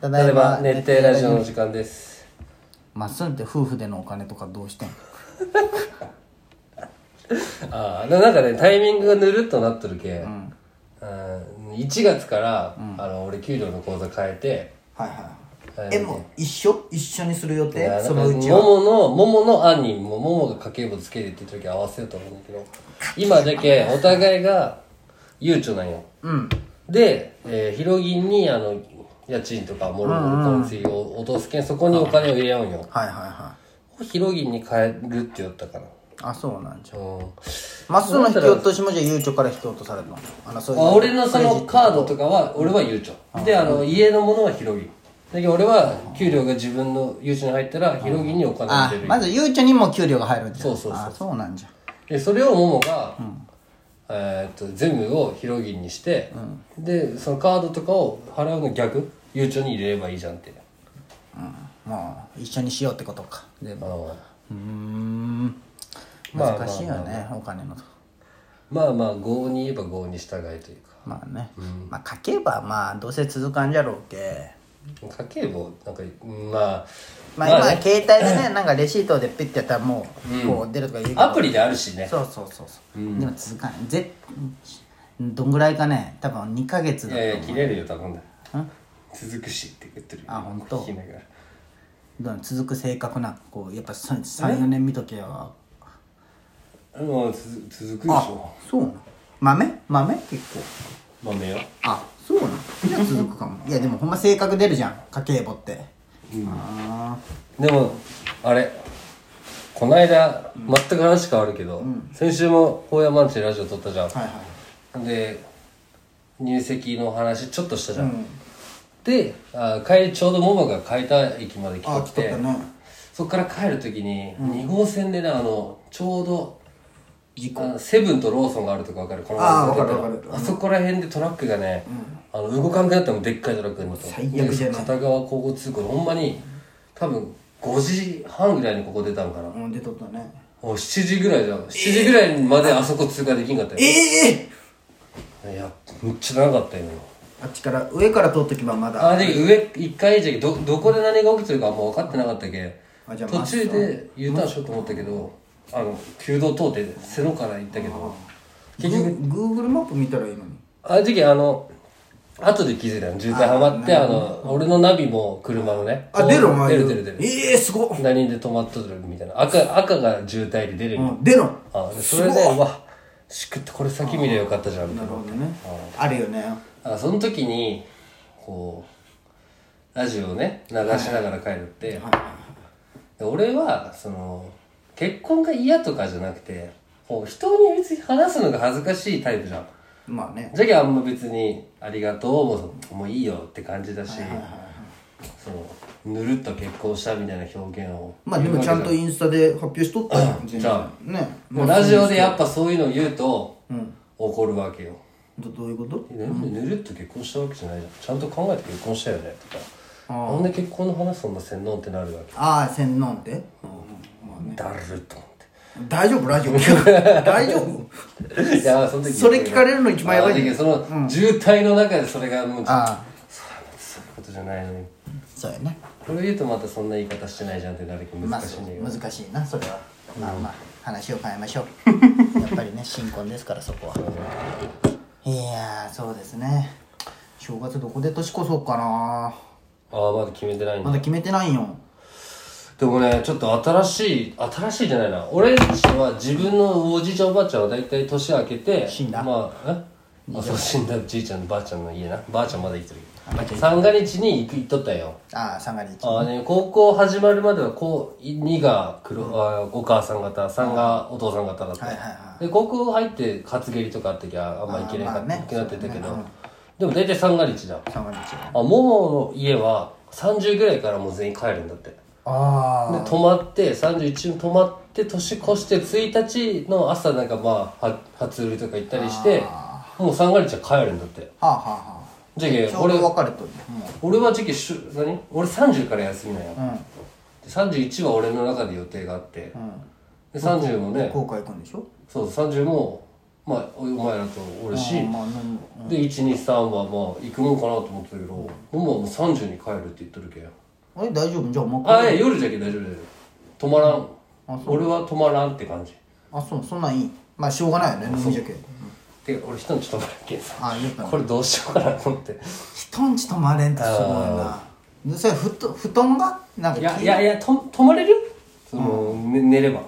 たただだいいまま熱帯ラジオの時間ですまっすんって夫婦でのお金とかどうしてんのああなんかねタイミングがぬるっとなっとるけ、うん、1月から、あの俺給料の口座変えてはいはいははいいえもう一緒一緒にする予い定やなんそかのうちは桃の桃の案にも桃が家計簿つけるって時は合わせようと思うんだけど今だけお互いが悠長なんよ、で、えー、ヒロギンにあの家賃とかもろもろとの費用を落とすけんそこにお金を入れようんよはいはいはヒロギンに変えるって言ったからいあそうなんじゃうんまっすんの引き落としもじゃあゆうちょから引き落とされるのあのそういうあ俺のそのカードとかは俺はゆうちょであの家のものはひろぎだけど俺は給料が自分のゆうちょに入ったらひろぎにお金をあ入れるまずゆうちょにも給料が入るんじゃんそうそうそうあそうなんじゃでそれをももが、えーっと全部をひろぎにして、でそのカードとかを払うの逆ゆうちょに入れればいいじゃんってもう一緒にしようってことか全あ部のうーんまあ難しいよねお金のとこまあまあ合に言えば合に従いというかまあねまあ書けばまあどうせ続かんじゃろうけ家計簿なんかまあまあ今ね携帯でねなんかレシートでピッてやったらもうこう出るとか言うけどアプリであるしねそうそうそうそう、でも続かないぜどんぐらいかね多分2ヶ月いだやいやと切思うれるよ多分だうん続くしって言ってるよあ本当聞きながらどう続く正確なこうやっぱ34年見とけばもうつづ続くでしょそうなん豆豆結構豆よあそうなんじゃあ続くかもいやでもほんま性格出るじゃん家計簿って、あでもあれこないだ全く話変わるけど、先週も「高野マンチ」ラジオ撮ったじゃん、あはいはいで入籍の話ちょっとしたじゃん、であ帰りちょうどももが買いた駅まで来あて来きとってたねそこから帰る時に、2号線でねあのちょうど事あのセブンとローソンがあるとこ分かるこのあー前出てたわかるわかるあそこら辺でトラックがね、あの動かなくなったのでっかいトラックに乗ったの最悪じゃないで片側交互通行でほんまに多分5時半ぐらいにここ出たのかな、うん出とったねもう7時ぐらいじゃん7時ぐらいまであそこ通過できんかったよ、ええいやむっちゃ長かったよあっちから上から通っとけばまだあで上1回じゃどどこで何が起きてるかあんま分かってなかったけあじゃあ途中で U ターンしようと思ったけどあの旧道通ってセロから行ったけど結局 Google マップ見たらいいのにあの時あの後で気づいたの渋滞はまってあの俺のナビも車のねあ出るお前出る出る出るええすごっ何で止まっとるみたいな赤赤が渋滞で出るみたいな、出ろあでそれでうわしくってこれ先見りゃよかったじゃんみたいなるなほどねあるよねあその時にこうラジオをね流しながら帰るって、で俺はその結婚が嫌とかじゃなくてこう人に別に話すのが恥ずかしいタイプじゃんまあねじゃけあんま別に「ありがとう」も「もういいよ」って感じだし、そのぬるっと結婚したみたいな表現をまあでもちゃんとインスタで発表しとったよ全然じゃねもうラジオでやっぱそういうのを言うと、ん怒るわけよどどういうことえなんでぬるっと結婚したわけじゃないじゃんちゃんと考えて結婚したよねとかあなんで結婚の話そんな洗脳ってなるわけああ洗脳ってまあねだるっと思って大丈夫ラジオ 大丈夫 いやその時それ聞かれるの一番やばいねあだけどその渋滞の中でそれがもうああそういうことじゃないのにそうやねこれを言うとまたそんな言い方してないじゃんってなるけどま難あしいそんだけうど、難しいなそれはまあまあ話を変えましょ うやっぱりね新婚ですからそこはいやーそうですね正月どこで年越そうかなああまだ決めてないんまだだ決めてないよでもねちょっと新しい新しいじゃないな俺たちは自分のおじいちゃんおばあちゃんは大体年明けて死んだまあえあそう死んだじいちゃんばあちゃんの家なばあちゃんまだ生きてるあばあちゃん三が日に行く行っとったよああ三が日あね、高校始まるまではこう2が黒、あお母さん方3がお父さん方だった、はいはいはで高校入って活蹴りとかあった時はあんま行けなかあーった、まあいねけなってたけど、そうねでも大体三が日だ三が日あももの家は30ぐらいからもう全員帰るんだってでああ泊まって31泊まって年越して1日の朝なんかまあは初売りとか行ったりしてもう三が日は帰るんだってはあはあはじゃけあちょう俺ど別れとるも俺はじゃけしゅ何俺30から休みなんや、ううんで31は俺の中で予定があって、うんで30もね後悔行くんでしょそう30もまあお前らと俺し、うんまあうんで123はまあ行くもんかなと思ったけどももはもう30に帰るって言っとるけんあれ大丈夫じゃあお前あいや夜じゃけん大丈夫だよ止まらんあそ俺は止まらんって感じあそうそんなんいいまあしょうがないよね飲みじゃけで俺人にちょっと待っけんさあやっぱこれどうしようかなと思って人んち泊まれんってすごいなでそれふと布団がなんかいやいやいやと泊まれるその、ね寝れば、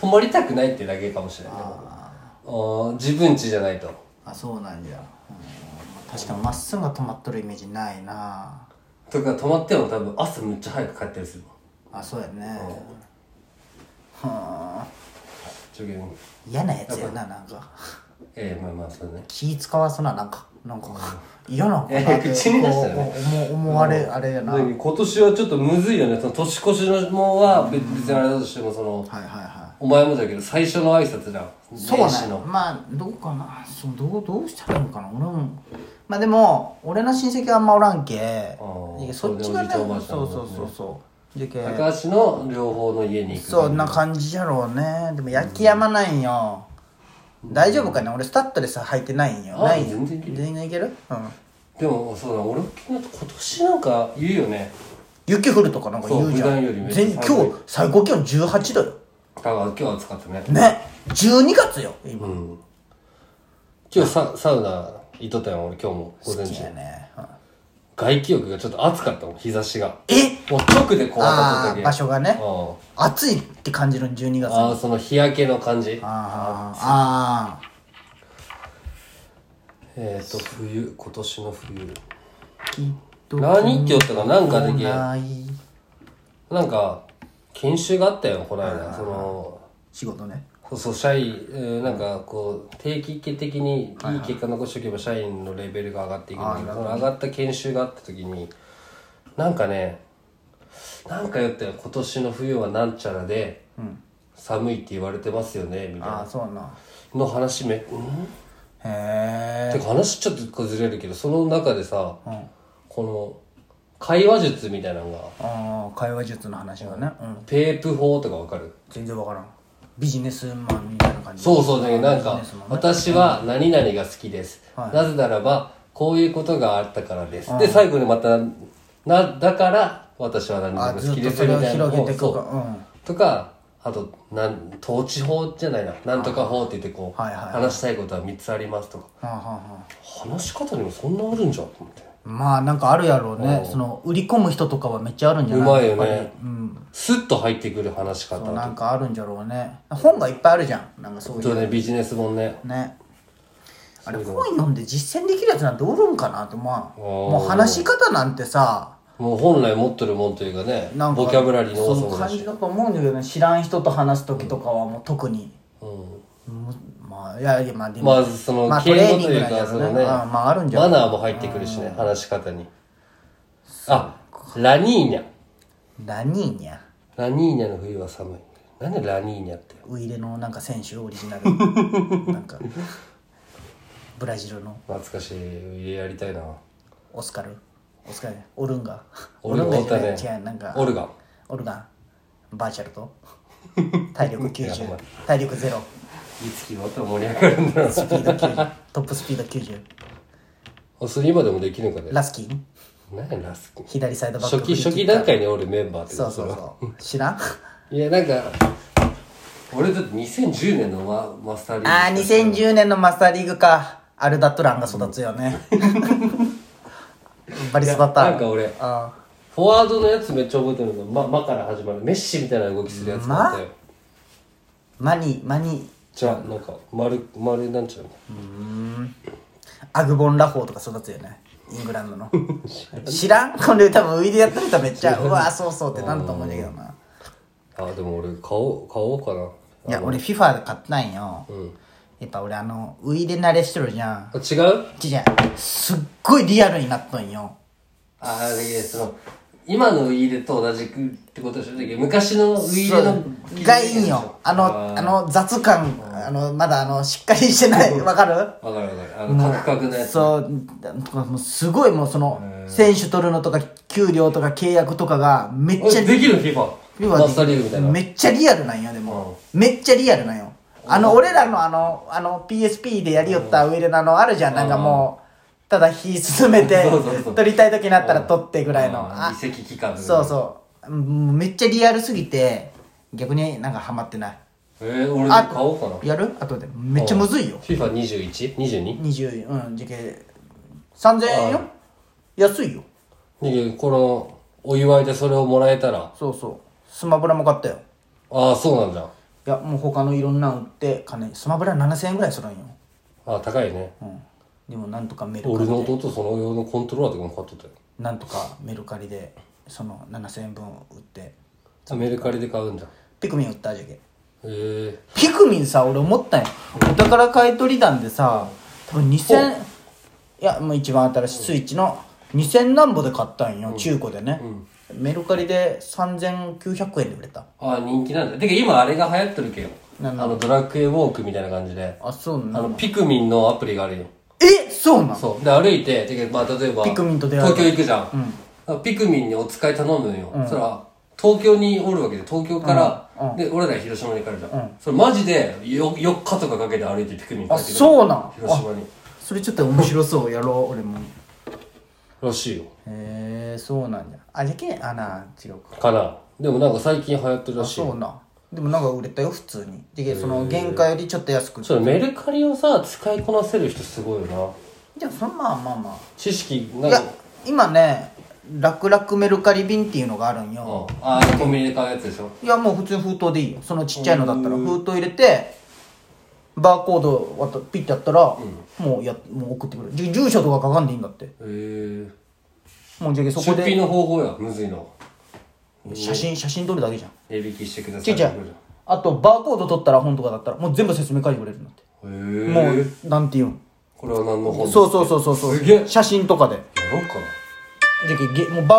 泊まりたくないってだけかもしれないあー自分家じゃないとあそうなんじゃ、うん、確かにまっすぐが止まっとるイメージないなとか泊まっても多分朝めっちゃ早く帰ったりするわあそうやねはあちょけん嫌なやつやななんかええまあまあそうだね気使わそうななんかなんか嫌なのかなえー口に出したよねこう思う思われあれやなだけど今年はちょっとむずいよねその年越しのもは別別にあれだとしてもその、はいはいはお前もだけど最初の挨拶じゃんいそう年始ねのまあどうかなそうどうどうしたらいいのかな俺もまあでも俺の親戚あんまおらんけーでそっちがねそれでおじいちゃそんおうそうばあちゃんもねそうそうでけ高橋の両方の家に行くそんな感じじゃろうねでも焼きやまないんよ、大丈夫かね俺スタッドレス履いてないんよあないんよ全然いける全然いけるうんでもそうだ俺今年なんか言うよね雪降るとかなんか言うじゃそうん普段よりめっちゃ全寒今い日最高気温18度よだから今日は使ってねね12月よ今うん今日ササウナ行っとったよ俺今日も午前好き中やね、うん外気浴がちょっと暑かったもん日差しがえもう直でこう当たっあとったあけ場所がねうん暑いって感じるの12月あああその日焼けの感じああえっ、ー、と冬今年の冬あきっと何って言ったかなんかできなないんか研修があったよこの間その仕事ねそうそう社員、えーなんかこう定期的にいい結果残しておけば社員のレベルが上がっていくんだけどその上がった研修があった時になんかねなんか言ったよ今年の冬はなんちゃらで寒いって言われてますよねみたいあなあそうなの話めうんへてか話ちょっとこうずれるけどその中でさ、この会話術みたいなのがえああ会話術の話がねうんペープ法とかわかる全然わからんビジネスマンみたいな感じそうそうだけどなんビかジネスマンね私は何々が好きです、なぜならばこういうことがあったからです、で最後にまたなだから私は何々あがず好きっでとすそみれをたいな広げていそくかううんとかあとなん統治法じゃないななんとか法って言ってこう、はいはいはい話したいことは3つありますとかはあはあは話し方にもそんなあるんじゃんと思ってあまあなんかあるやろうねその売り込む人とかはめっちゃあるんじゃうないまいよやっぱねりうんスッと入ってくる話し方そうなとんかあるんじゃろうね本がいっぱいあるじゃんなんかそういそううねビジネス本ねねあれ本読んで実践できるやつなんておるんかなってまあもう話し方なんてさもう本来持ってるもんというかねなんかボキャブラリーの多さそもうだ感しじだと思うんだけどね知らん人と話す時とかはもう特に、うんもうまあいやいやまあでもまあそのまあ敬語トとレーニングいうなんかやそろのねねああまああるんじゃなマいナーも入ってくるしね話し方にあラニーニャラニーニャラニーニャの冬は寒いなんでラニーニャってウイイレのなんか選手オリジナル なんかブラジルの懐かしい家やりたいなオスカルオスカルオルンガオルンガオじゃないおったね違うなんかオルガンオルガンバーチャルと体力いやお前90体力ゼロいつ決まったら盛り上がるんだろうスピード90トップスピード90あそれ今でもできるのかねラスキン何やラスキン左サイドバック初期フリー初キッ期カー段階におるメンバーってことそうそうそう知らんいやなんか俺だって2010年のママスターリーグああ2010年のマスターリーグかアルダトランが育つよ ねバリ育ったなんか俺あフォワードのやつめっちゃ覚えてるのが「ま」まから始まるメッシみたいな動きするやつがあったよマニマニじゃあなんか丸丸なんちゃうアグボン・ラホーとか育つよねイングランド の知らんこれ多分ウイでやってる人めっちゃうわそうそうってなると思うんだけどなのあでも俺買おう買おうかないや俺 FIFA で買ったんよ、んやっぱ俺あのウイで慣れしてるじゃんあ違うちじゃすっごいリアルになっとんよああでその今のウイイレと同じくってことでしょだけど昔のウイイレのがいいんよあのあの雑感あのまだあのしっかりしてないわかるわかるわかるあのカクカクのやつそうとかもうすごいもうその選手取るのとか給料とか契約とかがめっおちゃできる FIFA 要はマスターリーグみたいなめっちゃリアルなんよでも、めっちゃリアルなんよあの、俺らのあの、あの、PSP でやりよったウイレナのあるじゃん。なんかもう、ただ火進めて そうそうそ、う撮りたい時になったら撮ってぐらいの。ああ移、籍期間そうそう。うんめっちゃリアルすぎて、逆になんかハマってない。うえー、俺あ買おうかなやる後で。めっちゃむずいよ。 FIFA21?22? 20、うん、時計。3000円よ安いよ。でこのお祝いでそれをもらえたらそうそう。スマブラも買ったよ。ああそうなんだいや、もう他のいろんなん売って、金、スマブラ7000円ぐらいするんよ。ああ高いねうん。でもなんとかメルカ俺リので、弟その用のコントローラーとかも買っとったよなんとかメルカリで、その7000円分売って、あメルカリで買うんだへピクミン売ったじゃけ。えピクミンさ、俺思ったんよ。お宝買い取り団でさ、多分2000、いや、もう一番新しいスイッチの2000何ぼで買ったんよ、中古でね。メルカリで3900円で売れた。ああ人気なんだてか今あれが流行ってるけよあなんだのドラクエウォークみたいな感じであ、そうあなののピクミンのアプリがあるよえそうなのそうで歩いててかまあ例えばピクミンと出会う東京行くじゃん、ピクミンにお使い頼むのよ、そしたら東京におるわけで東京から、で俺ら広島に帰るじゃん、それマジでよ4日とかかけて歩いてピクミン帰あ、ってくるそうなの広島にそれちょっと面白そうやろう俺もらしいよへえそうなんじゃあじゃけあな違うかかなでもなんか最近流行ってるらしいそうなでもなんか売れたよ普通にじゃけその原価よりちょっと安くじそれメルカリをさ使いこなせる人すごいよなゃあそのまあまあま知識あないんかや今ね楽々メルカリ便っていうのがあるんうよんああコンビニで買うやつでしょいやもう普通に封筒でいいよそのちっちゃいのだったら封筒入れてバーコードわたピッてやったら、もうやもう送ってくるじ住所とか書かんでいいんだってへえもうじゃけそこ出で品の方法やむずいの写真写真撮るだけじゃん値引きしてくださちいいちゃんあとバーコード取ったら本とかだったらもう全部説明書いてくれるんだって、へえもうなんていうんこれは何の本そうそうそうそうそうすげえや写真とかでろうかなじゃけげもうバー